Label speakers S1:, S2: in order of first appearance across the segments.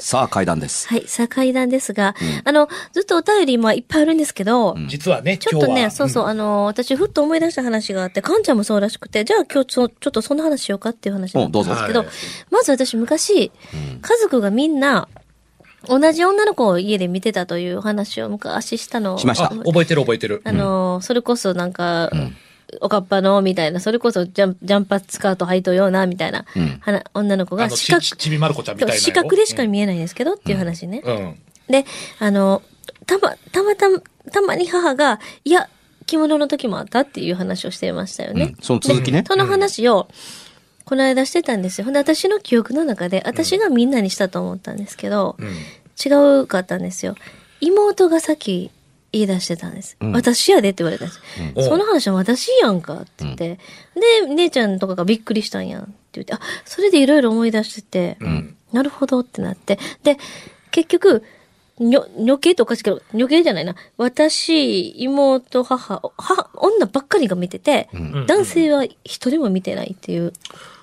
S1: さあ、階段です。
S2: はい、さあ階段ですが、
S1: うん
S2: あの、ずっとお便り、まあ、いっぱいあるんですけど、
S1: うん
S3: 実はね、
S2: ちょ
S3: 今
S2: っ
S3: 日
S2: と
S3: は。
S2: ね、そうそう、あの、私、ふっと思い出した話があって、かんちゃんもそうらしくて、じゃあ今日ちょ、ちょっとそんな話しようかっていう話なんで
S1: うんどう
S2: す
S1: ぞ
S2: けど、
S3: はい
S2: まず私、昔、家族がみんな、同じ女の子を家で見てたというお話を昔したのを
S1: しました
S3: あ、覚えてる覚えてる。
S2: あの、それこそなんか、おかっぱの、みたいな、それこそジャンジャンパースカート履いとるような、みたいな、
S1: うん
S2: はな女の子
S3: あ
S2: が
S3: の、
S2: 視
S3: ち
S2: 覚、
S3: ちちびまる子ちゃんみたいなよ。
S2: 視覚でしか見えないんですけど、っていう話ね。
S3: うん。
S2: で、あの、たま、たまたま、たまに母が、いや、着物の時もあったっていう話をしてましたよ
S1: う
S2: ね。
S1: ん、その続きね。
S2: その話を、この間してたんですよ。ほんで、私の記憶の中で、私がみんなにしたと思ったんですけど、
S3: うん。
S2: 違うかったんですよ。妹がさっき言い出してたんです。
S1: うん
S2: 私やでって言われたんです。
S3: うん
S2: その話は私やんかって言って、で、姉ちゃんとかがびっくりしたんやんって言って、あ、それでいろいろ思い出してて、
S3: うん。
S2: なるほどってなって。で、結局、にょ、にょけとおかしいけど、にょけじゃないな。私、妹、母、母、女ばっかりが見てて、
S3: ん
S2: 男性は一人も見てないっていう。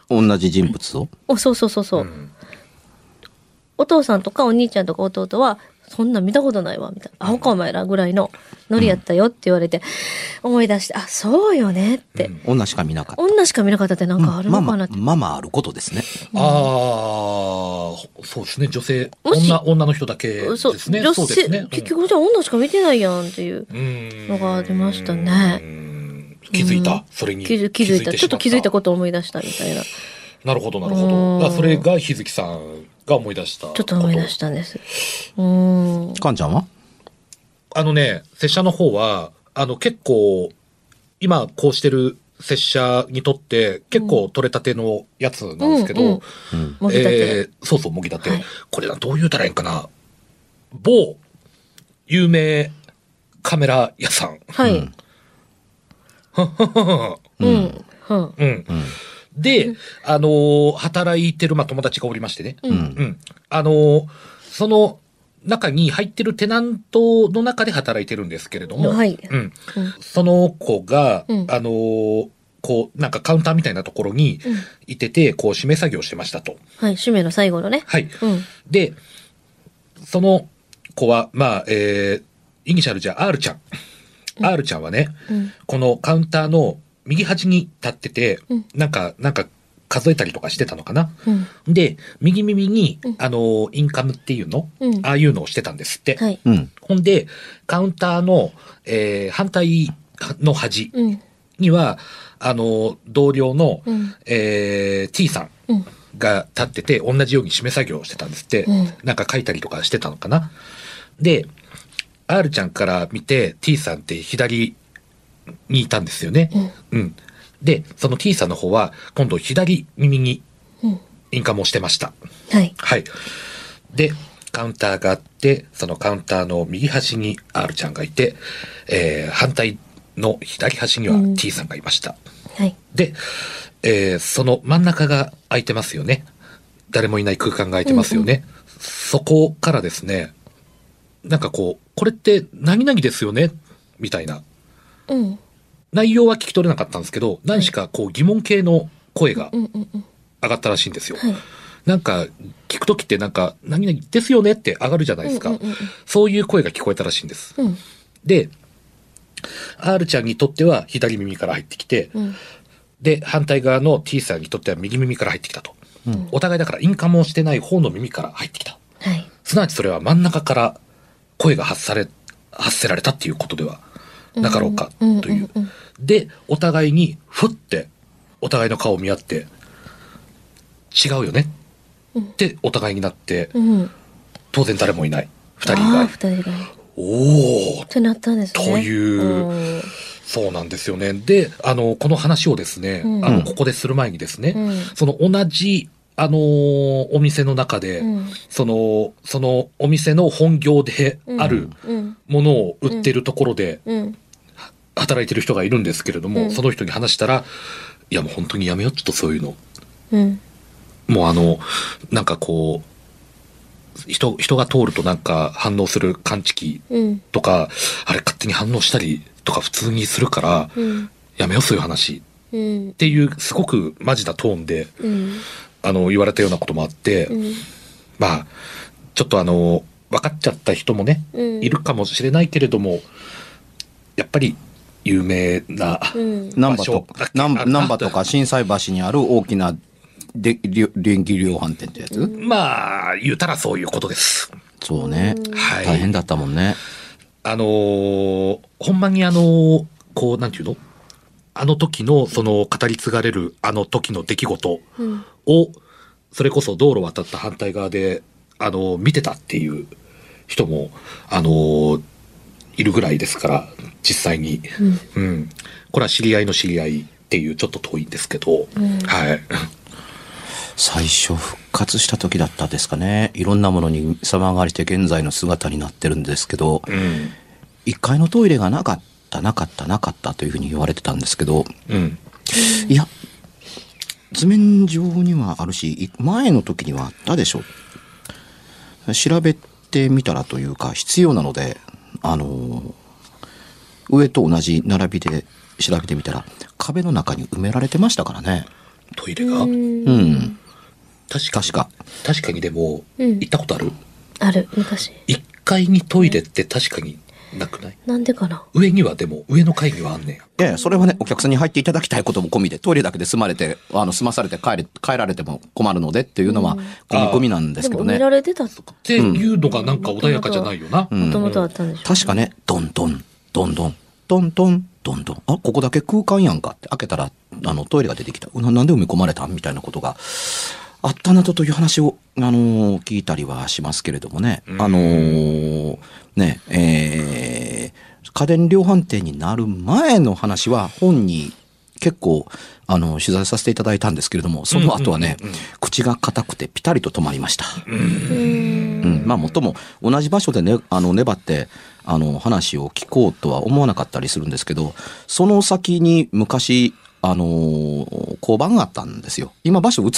S1: 同じ人物を。
S2: お、そうそうそうそう、
S3: ん
S2: お父さんとかお兄ちゃんとか弟は、そんなん見たことないわ、みたいな。アホかお前らぐらいのノリやったよって言われて、思い出して、あ、そうよねって。
S1: 女しか見なかった。
S2: 女しか見なかったってなんかある
S1: まあ
S2: のかな
S1: まあ、
S2: って。
S1: まあまああることですね。
S3: ああ、そうですね。女性、
S2: もし
S3: 女、女の人だけで
S2: そう、
S3: すね。
S2: 女
S3: そうで
S2: 性、
S3: すね。
S2: 結局じゃあ女しか見てないやんっていう。
S3: うん、
S2: のが出ましたね
S3: うん。気づいた、それに。
S2: 気づ気づいた。
S3: てしま
S2: ちょっと気づいたことを思い出したみたいな。ち
S3: なるほど、なる
S2: うん
S3: ほど。だからそれが日月さんが思い出した。ちょ
S2: ょっと思い出したんです。うーん。
S1: かんちゃんは
S3: あのね、拙者の方は、あの結構、今こうしてる拙者にとって結構取れたてのやつなんですけど、
S2: うんうんもぎたて。
S3: えーそうそう、もぎたて。
S2: はい
S3: これな、どう言うたらいいんかな。某、有名カメラ屋さん。
S2: はい。うん。うん。うん。
S3: うん。で、あのー働いてる、まあ、友達がおりましてね。
S2: うん
S3: うん。あのーその中に入ってるテナントの中で働いてるんですけれども、
S2: はい
S3: う
S2: う
S3: ん。
S2: ん
S3: その子が、
S2: うん
S3: あのーこう、なんかカウンターみたいなところに
S2: うん
S3: いてて、こう、締め作業してましたと。
S2: はい。締めの最後のね。
S3: はい。
S2: うん。
S3: で、その子は、まあ、えー、イニシャルじゃ R ちゃん。R ちゃんはね、
S2: うん。
S3: このカウンターの右端に立ってて、
S2: うん
S3: なんか、なんか数えたりとかしてたのかな。
S2: うん。
S3: で、右耳に、
S2: うん
S3: あの、インカムっていうの、
S2: うん
S3: ああいうのをしてたんですって。
S2: はい。
S1: うん。
S3: ほんで、カウンターの、えー反対の端
S2: うん。
S3: には、あの、同僚の、
S2: うん
S3: えー T さん
S2: うん。
S3: が立ってて、同じように締め作業をしてたんですって、
S2: うん
S3: なんか書いたりとかしてたのかな。で、R ちゃんから見て T さんって左にいたんですよね。うん。で、その T さんの方は、今度左耳に
S2: うん。
S3: インカムをしてました。
S2: はい。
S3: はい。で、カウンターがあって、そのカウンターの右端に R ちゃんがいて、えー反対の左端には
S2: うん
S3: T さんがいました。
S2: はい。
S3: で、えーその真ん中が空いてますよね。誰もいない空間が空いてますよね。そこからですね、なんかこう、これって何々ですよねみたいな。
S2: うん。
S3: 内容は聞き取れなかったんですけど、何しかこう疑問系の声が
S2: うん。うん。うん。
S3: 上がったらしいんですよ。
S2: はい。
S3: なんか、聞くときってなんか、何々ですよねって上がるじゃないですか。
S2: うんうんうんうん
S3: そういう声が聞こえたらしいんです。
S2: うん。
S3: で、R ちゃんにとっては左耳から入ってきて、
S2: うん。
S3: で、反対側の T さんにとっては右耳から入ってきたと。お互いだからインカムをしてない方の耳から入ってきた。
S2: はい。
S3: すなわちそれは真ん中から声が発され、発せられたっていうことではなかろうか
S2: う
S3: と
S2: ん
S3: いう
S2: うんうんうん。
S3: で、お互いにふって、お互いの顔を見合って、違うよねってお互いになって、
S2: うん。
S3: 当然誰もいない。二人以
S2: ああ、
S3: 外。
S2: 二人が。っ
S3: おお
S2: てなったんですね。
S3: という
S2: うん。
S3: そうなんですよね。で、あの、この話をですね、
S2: うん
S3: あの、ここでする前にですね、
S2: うん
S3: その同じ、あのーお店の中で、
S2: うん
S3: その、そのお店の本業である
S2: うん。
S3: ものを売ってるところで
S2: うん。
S3: 働いてる人がいるんですけれども、
S2: うん
S3: その人に話したら、いやもう本当にやめよう、ちょっとそういうの。
S2: うん。
S3: もうあの、なんかこう、人、人が通るとなんか反応する感知器
S2: うん。
S3: とか、あれ勝手に反応したりとか普通にするから、
S2: うん。
S3: やめようそういう話っ
S2: うん。
S3: ていうすごくマジなトーンで、
S2: うん。
S3: あの、言われたようなこともあって、
S2: うん。
S3: まあ、ちょっとあの、分かっちゃった人もね、
S2: うん
S3: いるかもしれないけれども、やっぱり有名な、
S2: うん。
S1: 難波と
S3: 場所
S1: 難
S3: あ
S1: 難波とか震災橋にある大きなでりょ電気量販店ってやつ、
S3: まあ、言うたらそういうことです。
S1: そうね、
S3: はい
S1: 大変だったもんね。
S3: あのーほんまにあのーこう、なんていうのあの時の、その、語り継がれるあの時の出来事
S2: うん
S3: を、それこそ道路渡った反対側で、あのー見てたっていう人も、あのーいるぐらいですから、実際に。うん。これは知り合いの知り合いっていう、ちょっと遠いんですけど、はい。
S1: 最初復活した時だったですかね。いろんなものに様変わりして現在の姿になってるんですけど、
S3: うん。
S1: 1階のトイレがなかった、なかった、なかったというふうに言われてたんですけど、
S3: うん。
S1: いや、図面上にはあるし、い前の時にはあったでしょ。調べてみたらというか、必要なので、あのー上と同じ並びで調べてみたら、壁の中に埋められてましたからね。
S3: トイレが、
S1: うん。
S3: 確か
S1: 確か。
S3: 確かにでも、
S2: うん
S3: 行ったことある
S2: ある、昔。
S3: 一階にトイレって確かになくない
S2: なんでかな
S3: 上にはでも、上の階にはあんねや。
S1: ええ、それはね、お客さんに入っていただきたいことも込みで、トイレだけで済まれて、あの、済まされて帰れ、帰られても困るのでっていうのは、込み込みなんですけど
S2: も埋め
S1: ね。
S2: られてたとか。
S3: っていうのがなんか穏やかじゃないよな。
S2: もともとあったんでしょ。
S1: 確かね、どんどん、どんどん、どんどん、どんどん、あ、ここだけ空間やんかって開けたら、あの、トイレが出てきた。ななんで埋め込まれたみたいなことがあったなどという話を、あのー聞いたりはしますけれどもね。あのーね、えー家電量販店になる前の話は本に結構、あの、取材させていただいたんですけれども、その後はね、口が硬くてピタリと止まりました。
S2: うん。
S1: うん、まあもっとも同じ場所でねあの粘ってあの話を聞こうとは思わなかったりするんですけどその先に昔あのー交番があったんですよ今場所移っ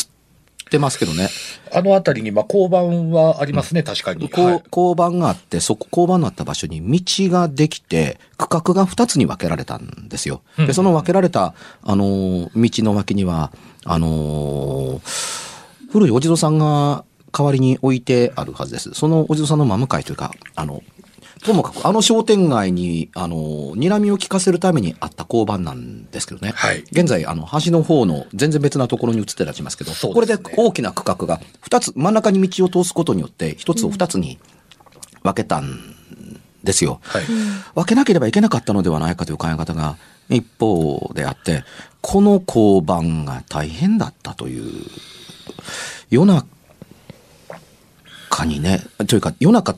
S1: てますけどね、
S3: あの辺りに、まあ、交番はありますね、確かに。
S1: こう
S3: はい
S1: 交番があってそこ交番のあった場所に道ができて区画が2つに分けられたんですよ。
S3: うんうんう
S1: で
S3: ん
S1: その分けられたあのー道の脇にはあのー古いお地蔵さんが代わりに置いてあるはずです。そのお地蔵さんの真向かいというか、あの、ともかくあの商店街に、あの、睨みを利かせるためにあった交番なんですけどね。
S3: はい
S1: 現在、あの、橋の方の全然別なところに移ってたりしますけど、
S3: そう
S1: こ
S3: で
S1: れ
S3: すね
S1: で大きな区画が2つ、真ん中に道を通すことによって、1つを2つに分けたんですよ。
S3: はい。
S1: 分けなければいけなかったのではないかという考え方が一方であって、この交番が大変だったという、夜中にね、というか夜中、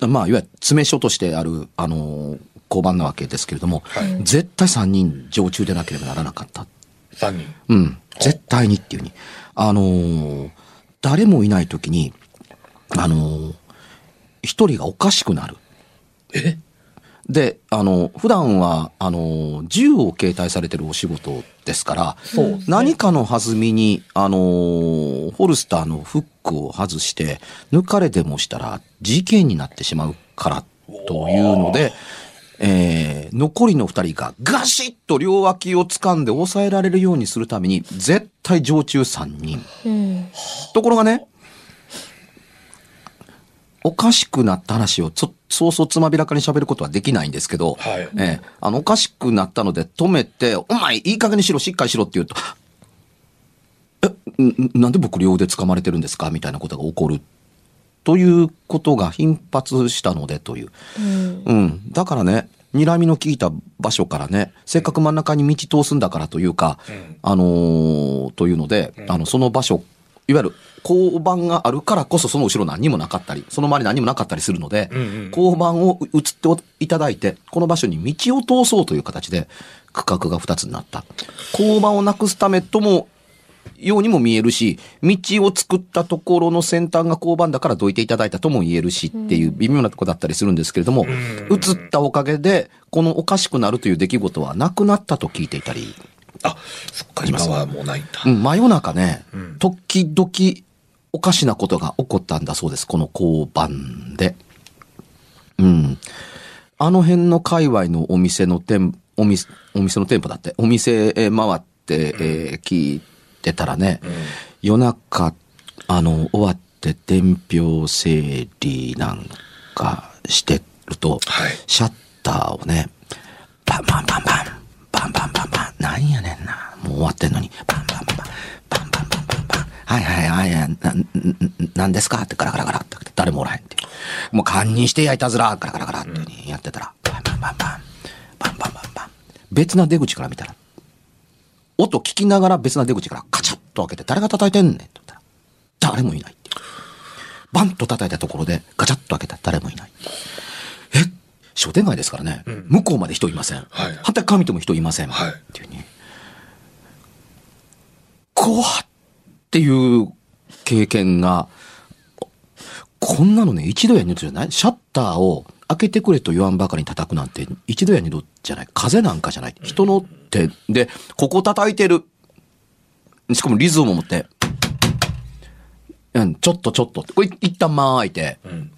S1: まあ、いわゆる詰め所としてある、あの、交番なわけですけれども、
S3: はい
S1: 絶対3人常駐でなければならなかった。
S3: 3人。
S1: うん、絶対にっていうに。あのー誰もいないときに、あのー一人がおかしくなる。
S3: え
S1: で、あの、普段は、あの、銃を携帯されてるお仕事ですから、
S3: そうですね
S1: 何かの弾みに、あの、ホルスターのフックを外して、抜かれでもしたら事件になってしまうから、というので、えー残りの二人がガシッと両脇を掴んで抑えられるようにするために、絶対常駐三人。
S2: うん。
S1: ところがね、おかしくなった話をちょ、そうそうつまびらかに喋ることはできないんですけど、
S3: はい
S1: ええあの、おかしくなったので止めて、お前、いい加減にしろ、しっかりしろって言うと、え、んなんで僕両腕掴まれてるんですかみたいなことが起こる。ということが頻発したのでという。
S2: うん。
S1: うん。だからね、睨みの効いた場所からね、せっかく真ん中に道通すんだからというか、
S3: うん
S1: あのーというので、あの、その場所、いわゆる交番があるからこそその後ろ何もなかったり、その周り何もなかったりするので、
S3: うんうん
S1: 交番を移っていただいて、この場所に道を通そうという形で区画が2つになった。交番をなくすためとも、ようにも見えるし、道を作ったところの先端が交番だからどいていただいたとも言えるしっていう微妙なとこだったりするんですけれども、移ったおかげで、このおかしくなるという出来事はなくなったと聞いていたり、
S3: あ、そっか、今はもうないんだ。
S1: うん、真夜中ね、
S3: ん
S1: 時々おかしなことが起こったんだそうです、この交番で。うん。あの辺の界隈のお店の店、お店、お店の店舗だって、お店へ回って、えー聞いてたらね、夜中、あの、終わっって伝票整理なんかしてると、
S3: はい
S1: シャッターをねパンパンパンパンパンパンパンパンなんやねんなもう終わってんのにパンパンパンパンパンパンパンパンパンはいはいはいなななんですかってガラガラガラって開けて誰もおらへんっていうもう堪忍してやいたずらガラガラガラってやってたら、パンパンパンパンパンパンパンパン別な出口から見たら音聞きながら別な出口からカチャッと開けて、誰が叩いてんねんって言ったら、誰もいないっていう。バンと叩いたところで、ガチャッと開けたら誰もいない。え商店街ですからね、
S3: ん
S1: 向こうまで人いません。
S3: はい
S1: 反対側見ても人いません。
S3: はい
S1: っていうふうに。怖っっていう経験が、こんなのね、一度や二度じゃないシャッターを開けてくれと言わんばかりに叩くなんて、一度や二度じゃない風なんかじゃない人の手で、ここ叩いてるしかもリズムを持って、うん、ちょっとちょっとってこれ一旦間空いて、
S3: ん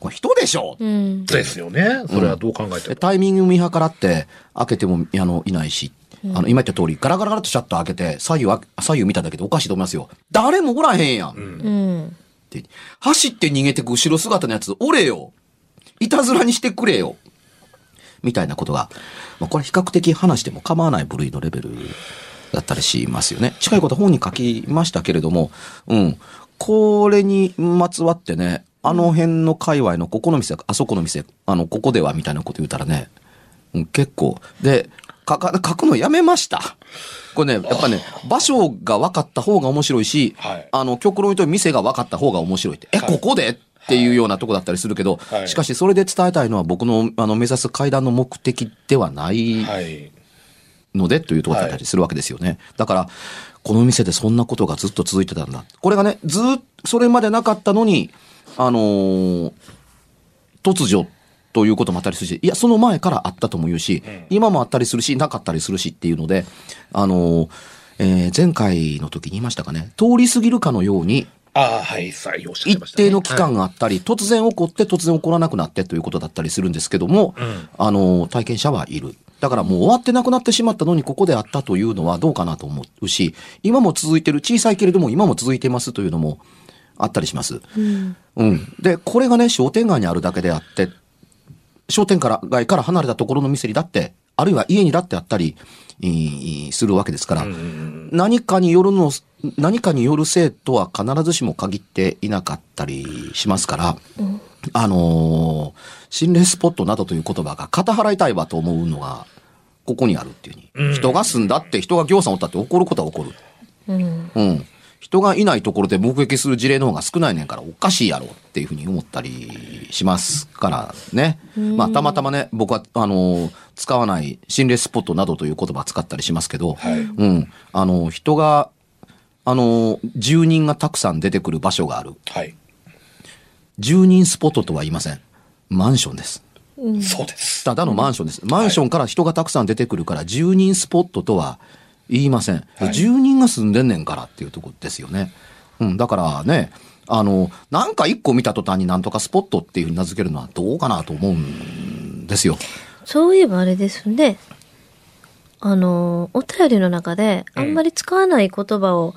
S1: これ人でしょ、
S2: うん。
S3: ですよね。それはどう考え
S1: で
S3: ても。
S1: タイミング見計らって、開けても、あの、いないし、あの、今言った通り、ガラガラガラっとシャッター開けて、左右あ、左右見ただけでおかしいと思いますよ。誰もおらへんやん。っ
S2: うん。
S1: て走って逃げてく後ろ姿のやつ、おれよ。いたずらにしてくれよ。みたいなことが、まあ、これは比較的話しても構わない部類のレベルだったりしますよね。近いこと本に書きましたけれども、うん。これにまつわってね、あの辺の界隈のここの店、あそこの店、あの、ここではみたいなこと言うたらね、うん、結構。で、書か書くのやめました。これね、やっぱね、場所が分かった方が面白いし、
S3: はい
S1: あの、極論言うと店が分かった方が面白いって。え、
S3: は
S1: こ
S3: い
S1: こでっていうようなとこだったりするけど、
S3: はい
S1: しかししそれで伝えたいのは僕のあの目指す会談の目的ではない
S3: はい。
S1: のでというところだったりするわけですよね。だから、この店でそんなことがずっと続いてたんだ。これがね、ずっそれまでなかったのに、あのー突如ということもあったりするし、いや、その前からあったとも言うし、今もあったりするし、なかったりするしっていうので、あのーえー前回の時に言いましたかね、通り過ぎるかのように、
S3: ああ、はい、採用しまし
S1: 一
S3: たね
S1: 定の期間があったり、突然起こって突然起こらなくなってということだったりするんですけども、
S3: ん
S1: あの体験者はいる。だからもう終わってなくなってしまったのにここであったというのはどうかなと思うし、今も続いてる、小さいけれども今も続いてますというのもあったりします。
S2: うん。
S1: うん。で、これがね、商店街にあるだけであって、商店から街から離れたところの店にだって、あるいは家にだってあったり、いいいするわけですから、何かによるの、何かによるせいとは必ずしも限っていなかったりしますから、あのー心霊スポットなどという言葉が肩払いたいわと思うのが、ここにあるっていうふうに。人が住んだって、人が行さんおったって怒ることは怒る。
S2: うん。
S1: うん。人がいないところで目撃する事例の方が少ないねんからおかしいやろっていうふうに思ったりしますからね。まあたまたまね、僕はあの、使わない心霊スポットなどという言葉を使ったりしますけど、
S3: はい
S1: うん。あの、人が、あの、住人がたくさん出てくる場所がある。
S3: はい。
S1: 住人スポットとは言いません。マンションです。
S3: そうです。
S1: ただのマンションです。マンションから人がたくさん出てくるから、住人スポットとは言いません。
S3: はい
S1: 住人が住んでんねんからっていうとこですよね。うん、だからね、あの、なんか一個見た途端になんとかスポットっていうふうに名付けるのはどうかなと思うんですよ。
S2: そういえばあれですね。あの、お便りの中で、あんまり使わない言葉を、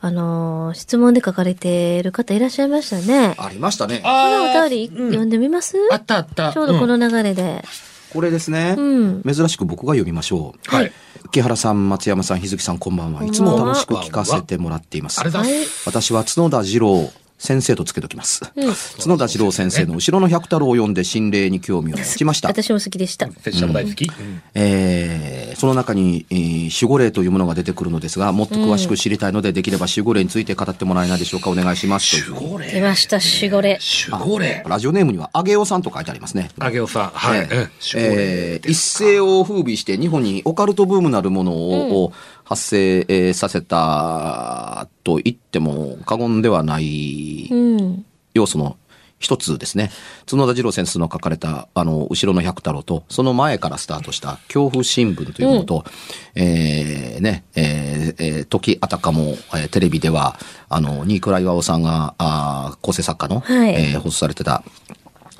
S2: あの、質問で書かれている方いらっしゃいましたね。
S1: ありましたね。
S2: こ
S3: あ
S2: のお便り
S3: うん
S2: 読んでみます、
S3: あったあった。
S2: ちょうどこ
S3: うん
S2: の流れで。
S1: これですね。
S2: うん
S1: 珍しく僕が読みましょう。
S3: はい。
S1: 木原さん、松山さん、日月さん、こんばんは。いつも楽しく聞かせてもらっています
S3: あれ。だ。
S2: はい
S1: 私は角田二郎先生とつけときます。
S2: うん。
S1: 角田二郎先生の後ろの百太郎を読んで心霊に興味を持ちました。
S2: 私も好きでした。
S3: 拙者も大好き。うん
S1: えーその中に、えー守護霊というものが出てくるのですが、もっと詳しく知りたいので、できれば守護霊について語ってもらえないでしょうか。お願いします。という
S3: 守護霊。
S2: 出ました、守護霊。
S3: 守護霊。
S1: ラジオネームには、あげおさんと書いてありますね。
S3: あげおさん。はい。
S1: え
S3: うん
S1: ー
S3: 守護霊
S1: えー一世を風靡して日本にオカルトブームなるものを,を発生えーさせたと言っても過言ではない
S2: うん。
S1: 要素の一つですね。角田二郎先生の書かれた、あの、後ろの百太郎と、その前からスタートした、恐怖新聞というものと、えーね、えーえー時あたかも、えーテレビでは、あの、新倉岩尾さんが、あー構成作家の、
S2: はい
S1: えー放送されてた、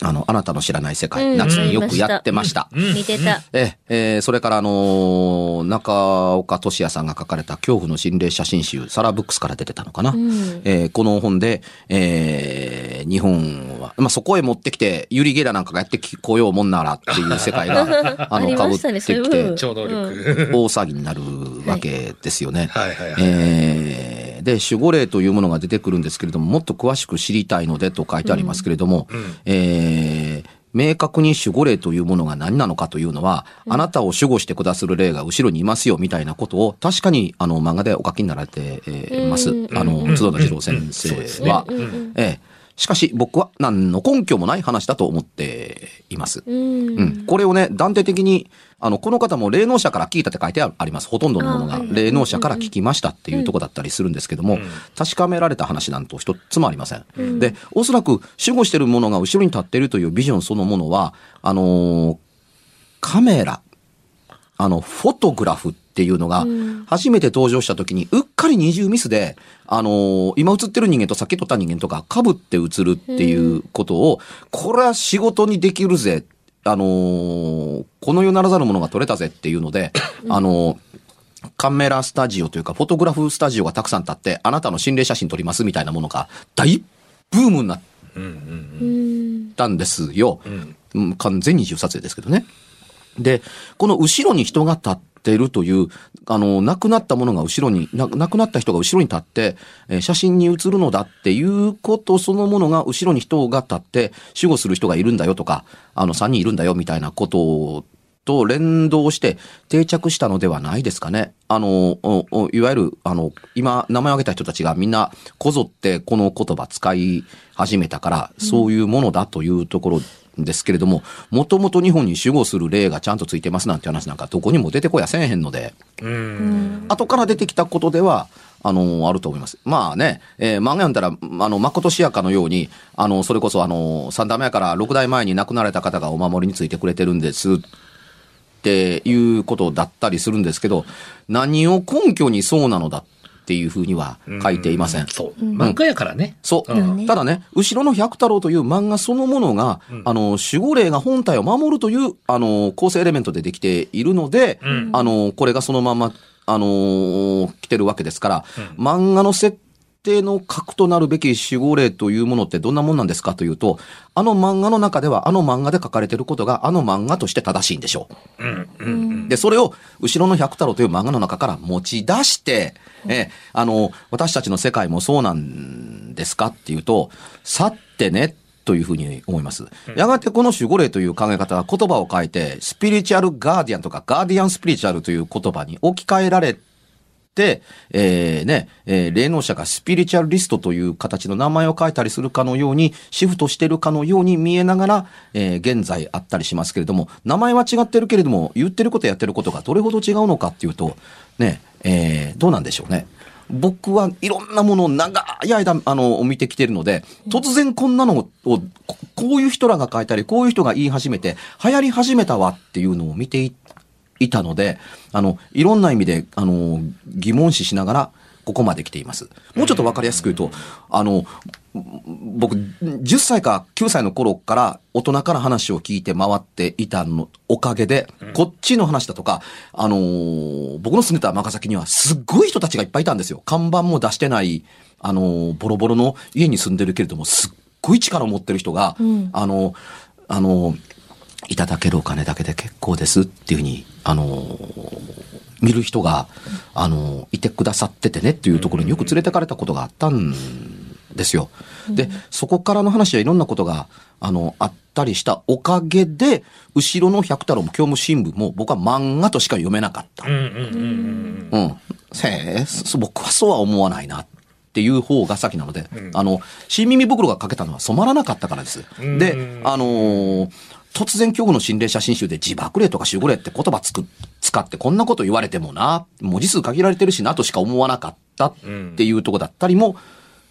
S1: あの、あなたの知らない世界、
S2: うん
S1: 夏によくやってました。
S3: うん
S2: 見てた。
S1: えええーそれから、あのー中岡俊也さんが書かれた恐怖の心霊写真集、サラブックスから出てたのかな。
S2: うん
S1: えーこの本で、えー日本は、まあ、そこへ持ってきて、ユリ・ゲラなんかがやってきこようもんならっていう世界 が、
S2: あり
S1: か
S2: ま
S1: ぶっ
S2: したね
S1: てき
S2: そういう
S1: て
S2: 部分、
S3: 超能力。
S1: 大騒ぎになるわけですよね。
S3: はいはいはい。
S1: えーで、守護霊というものが出てくるんですけれども、もっと詳しく知りたいのでと書いてありますけれども、
S3: うんうん
S1: えー明確に守護霊というものが何なのかというのは、あなたを守護してくださる霊が後ろにいますよみたいなことを確かにあの漫画でお書きになられてえーます。
S2: うん
S1: あの、
S3: うん
S1: 角田二郎先
S3: うんうんそうです
S1: 生
S3: ね
S1: は。
S2: うんうん
S1: ええしかし僕は何の根拠もない話だと思っています。
S2: うん。
S1: うん、これをね、断定的に、あの、この方も霊能者から聞いたって書いてあります。ほとんどのものが
S2: あはい
S1: 霊能者から聞きましたっていうとこだったりするんですけども、
S3: うん
S1: 確かめられた話なんと一つもありません。
S2: うん
S1: で、おそらく守護してるものが後ろに立ってるというビジョンそのものは、あのーカメラ、あの、フォトグラフっていうのが
S2: うん、
S1: 初めて登場した時に、うっかり二重ミスで、あのー今映ってる人間とさっき撮った人間とか、被って映るっていうことを、これは仕事にできるぜ。あのーこの世ならざるものが撮れたぜっていうので、あのーカメラスタジオというか、フォトグラフスタジオがたくさん立って、あなたの心霊写真撮りますみたいなものが、大ブームになっ
S3: うんう
S2: うんん。
S1: たんですよ。
S3: うんうん
S1: うん完全に自由撮影ですけどね。で、この後ろに人が立ってるという、あの、亡くなったものが後ろに、な亡くなった人が後ろに立って、えー写真に写るのだっていうことそのものが後ろに人が立って、守護する人がいるんだよとか、あの、3人いるんだよみたいなことを、と連動して定着したのではないですかね。あの、おおいわゆる、あの、今、名前を挙げた人たちがみんな、こぞってこの言葉使い始めたから、そういうものだというところですけれども、もともと日本に守護する例がちゃんとついてますなんて話なんかどこにも出てこやせえへんので、
S3: うん
S1: 後から出てきたことでは、あの、あると思います。まあね、えー漫画読んだら、あの、誠しやかのように、あの、それこそ、あの、三代目やから六代前に亡くなられた方がお守りについてくれてるんです、っていうことだったりするんですけど、何を根拠にそうなのだっていうふうには書いていません。
S3: そう。漫画やからね。
S1: そう、
S3: うん
S2: ね
S1: ただね、後ろの百太郎という漫画そのものが、あの、守護霊が本体を守るという、あの、構成エレメントでできているので、
S3: ん
S1: あの、これがそのまま、あの、来てるわけですから、漫画の設定の核となるべき守護霊というものってどんなもんなんですかというと、あの漫画の中では、あの漫画で書かれていることが、あの漫画として正しいんでしょう。
S3: うんうんうん。
S1: で、それを、後ろの百太郎という漫画の中から持ち出して、えー、あの、私たちの世界もそうなんですかっていうと、去ってね、というふうに思います。やがてこの守護霊という考え方は言葉を変えて、スピリチュアルガーディアンとか、ガーディアンスピリチュアルという言葉に置き換えられて、で、えーね、えー霊能者がスピリチュアルリストという形の名前を書いたりするかのように、シフトしてるかのように見えながら、えー現在あったりしますけれども、名前は違ってるけれども、言ってることやってることがどれほど違うのかっていうと、ね、えーどうなんでしょうね。僕はいろんなものを長い間、あの、見てきてるので、突然こんなのを、ここういう人らが書いたり、こういう人が言い始めて、流行り始めたわっていうのを見ていいたので、あの、いろんな意味で、あの、疑問視しながら、ここまで来ています。もうちょっとわかりやすく言うと、あの、僕、10歳か9歳の頃から、大人から話を聞いて回っていたの、おかげで、こっちの話だとか、あのー僕の住んでた尼崎には、すっごい人たちがいっぱいいたんですよ。看板も出してない、あのーボロボロの家に住んでるけれども、すっごい力を持ってる人が、
S2: うん
S1: あの、あの、いただけるお金だけで結構ですっていうふうに、あの、見る人が、あの、いてくださっててねっていうところによく連れてかれたことがあったんですよ。で、そこからの話はいろんなことが、あの、あったりしたおかげで、後ろの百太郎も教務新聞も僕は漫画としか読めなかった
S3: う。んうんうんうん
S1: うん。せえ、そ僕はそうは思わないなっていう方が先なので、
S3: ん
S1: あの、新耳袋がかけたのは染まらなかったからです。
S3: ん
S1: で、あのー突然、今日の心霊写真集で自爆霊とか守護霊って言葉つく、使ってこんなこと言われてもな、文字数限られてるしなとしか思わなかったっていうとこだったりも、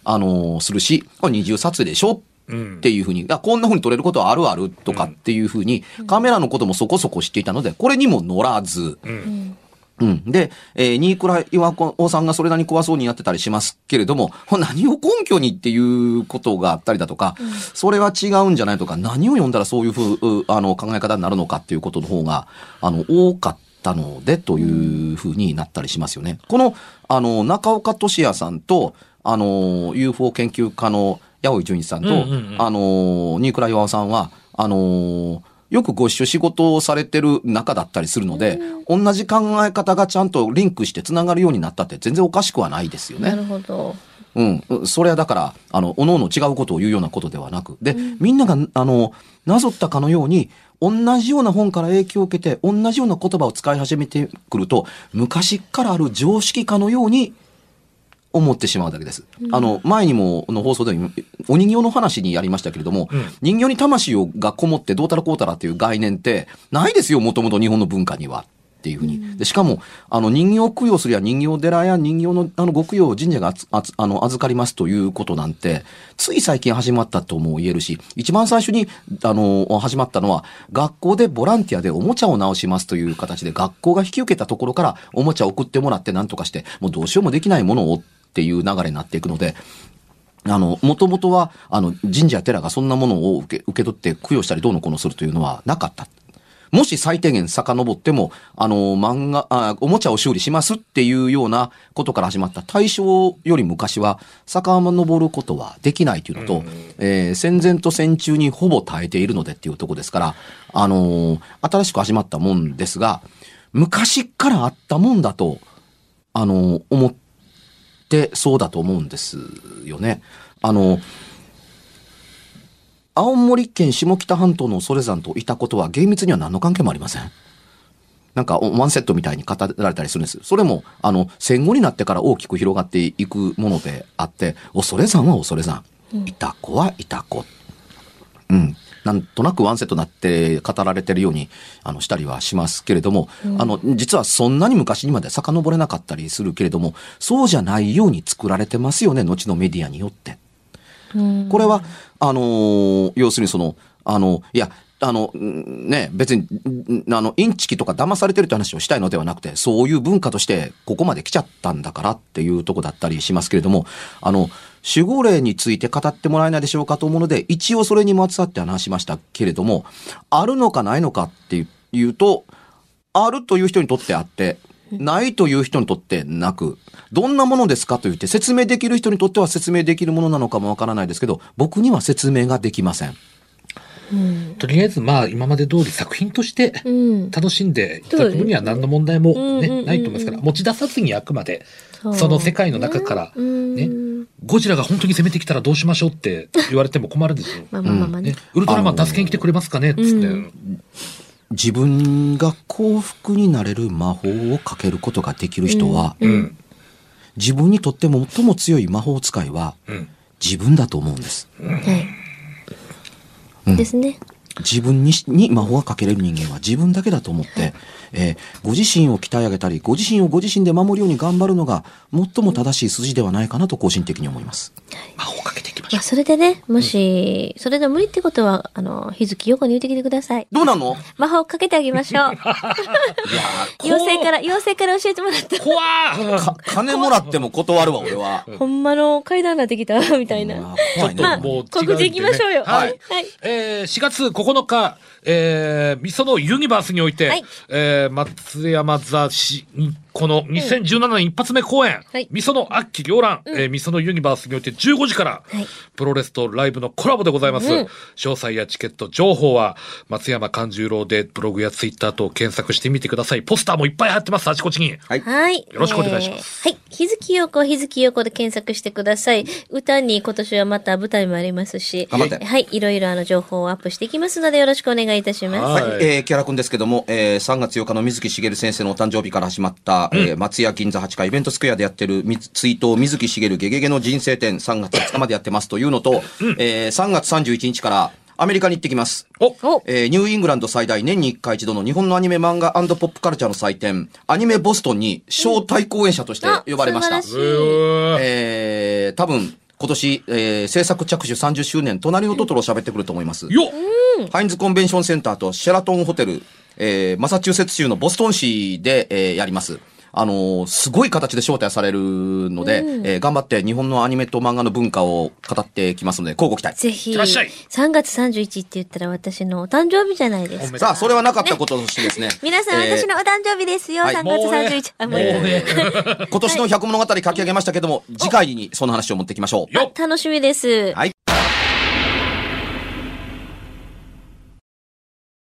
S1: あのーするし、これ二重撮影でしょ
S3: うんうん。
S1: っていうふうに、あこんなふうに撮れることはあるあるとかっていうふうに、カメラのこともそこそこ知っていたので、これにも乗らず、
S3: うん
S1: うん。で、えー、新倉岩子さんがそれなりに怖そうになってたりしますけれども、 何を根拠にっていうことがあったりだとか、それは違うんじゃないとか、何を読んだらそういうふう、うあの、考え方になるのかっていうことの方が、あの、多かったので、というふうになったりしますよね。この、あの、中岡俊也さんと、あの、UFO 研究家の八尾純一さんと、
S3: うんうんうん
S1: あの、新倉岩尾さんは、あの、よくご一緒仕事をされてる中だったりするので、同じ考え方がちゃんとリンクしてつながるようになったって全然おかしくはないですよ
S2: な
S1: ね。
S2: るほど。
S1: うん。うんそれはだから、あの、各々違うことを言うようなことではなく、で、みんなが、あの、なぞったかのように、同じような本から影響を受けて、同じような言葉を使い始めてくると、昔からある常識化のように思ってしまうだけです。あの、前にも、の放送でも、お人形の話にやりましたけれども、
S3: うん
S1: 人形に魂をがこもってどうたらこうたらっていう概念って、ないですよ、もともと日本の文化には。っていうふうに。で、しかも、あの、人形を供養すりゃ人形寺や人形の、あの、ご供養を神社があつあつあの、預かりますということなんて、つい最近始まったとも言えるし、一番最初に、あの、始まったのは、学校でボランティアでおもちゃを直しますという形で、学校が引き受けたところから、おもちゃを送ってもらって、なんとかして、もうどうしようもできないものを、っていう流れになっていくので、あの、もともとは、あの、神社や寺がそんなものを受け、受け取って供養したりどうのこうのするというのはなかった。もし最低限遡っても、あの、漫画、あおもちゃを修理しますっていうようなことから始まった大正より昔は、遡ることはできないというのと、えー戦前と戦中にほぼ耐えているのでっていうところですから、あのー新しく始まったもんですが、昔からあったもんだと、あのー思ってってそうだと思うんですよね。あの青森県下北半島の恐山といたことは厳密には何の関係もありません。なんかおワンセットみたいに語られたりするんです。それもあの戦後になってから大きく広がっていくものであって恐山は恐山いた子はいた子。うん、なんとなくワンセットになって語られてるようにあのしたりはしますけれども、あの実はそんなに昔にまで遡れなかったりするけれどもそうじゃないように作られてますよね後のメディアによって。
S2: うん
S1: これは、あのー要するにその、あの、いや、あの、んね、別に、んあの、インチキとか騙されてるって話をしたいのではなくて、そういう文化として、ここまで来ちゃったんだからっていうとこだったりしますけれども、あの、守護霊について語ってもらえないでしょうかと思うので、一応それにまつわって話しましたけれども、あるのかないのかっていうと、あるという人にとってあって、ないという人にとってなく、どんなものですかと言って説明できる人にとっては説明できるものなのかもわからないですけど、僕には説明ができません。
S2: うん。
S3: とりあえずまあ今まで通り作品として
S2: うん。
S3: 楽しんでいただく分には何の問題
S2: うん
S3: も、
S2: うんうんう
S3: ね、
S2: ん
S3: ないと思いますから、持ち出さずにあくまで、
S2: そう
S3: その世界の中から
S2: ね。うん
S3: ゴジラが本当に攻めてきたらどうしましょうって言われても困るんですよ。
S2: まあまあまあまあね
S3: ね。、ウルトラマン助けに来てくれますかねっつって、
S2: うん
S1: 自分が幸福になれる魔法をかけることができる人は、
S3: うん、
S1: 自分にとって最も強い魔法使いは
S3: うん
S1: 自分だと思うんです。
S2: はい。
S1: うん
S2: ですね。
S1: 自分にしに魔法がかけれる人間は自分だけだと思って、えーご自身を鍛え上げたり、ご自身をご自身で守るように頑張るのが最も正しい筋ではないかなと個人的に思います。
S3: 魔法かけていきまし
S2: ま
S3: ょ
S2: あ、それでね、もし、それで無理ってことは、あの、日月よく入ってきてください。
S1: どうなの
S2: 魔法をかけてあげましょう。
S3: う。
S2: 妖精から、妖精から教えてもらった。
S3: 怖ー
S1: か金もらっても断るわ、俺は。
S2: ほんまの階段になってきた、みたい
S1: うん
S2: な。
S1: 怖い
S3: ちょっ
S1: な
S3: と。もう違うんでね
S2: 告知行きましょうよ。
S3: は
S2: はいい。
S3: えー、4月9日、えー、みそのユニバースにおいて、
S2: はい
S3: えー、松山座市、この2017年一発目公演、
S2: はい
S3: みその秋狂乱、えー、みそのユニバースにおいて15時から、
S2: はい
S3: プロレスとライブのコラボでございます。
S2: うん
S3: 詳細やチケット情報は、松山勘十郎でブログやツイッターと検索してみてください。ポスターもいっぱい貼ってます、あちこちに。
S1: はい。
S2: はい。
S3: よろしくお願いします
S2: えー。はい。日月陽子、日月陽子で検索してください。歌に今年はまた舞台もありますし。
S1: 頑張って
S2: はい。いろいろあの情報をアップしていきますのでよろしくお願いいたします。
S3: はい
S1: はい、えー、木原くんですけども、えー、3月8日の水木しげる先生のお誕生日から始まった、えー、松屋銀座8階イベントスクエアでやってるみ追悼水木しげるゲゲゲの人生展3月5日までやってますというのと、えー、3月31日からアメリカに行ってきます。
S3: お
S2: お、
S1: えーニューイングランド最大年に1回一度の日本のアニメ漫画ポップカルチャーの祭典、アニメボストンに招待講演者として呼ばれました。
S2: あ素晴らしい
S1: えー、多分、今年、えー制作着手30周年、隣のトトロを喋ってくると思います。
S3: よっ
S1: ハインズコンベンションセンターとシェラトンホテル、えーマサチューセッツ州のボストン市で、えーやります。あのーすごい形で招待されるので、
S2: うん
S1: えー頑張って日本のアニメと漫画の文化を語ってきますので、交互期待。
S2: ぜひ、
S3: いらっしゃい
S2: 3月31って言ったら私のお誕生日じゃないです
S3: おめ
S2: か。
S3: で
S1: さあ、それはなかったこととしてですね。
S2: 皆さん、
S1: えー
S2: 私のお誕生日ですよ、
S1: はい
S2: 3月
S3: もうね
S2: 31。あ、も
S3: も
S2: う
S3: う
S2: いい
S3: ね。
S1: 今年の百物語書き上げましたけども、次回にその話を持ってきましょう。
S3: よっ
S2: あ楽しみです。
S1: はい。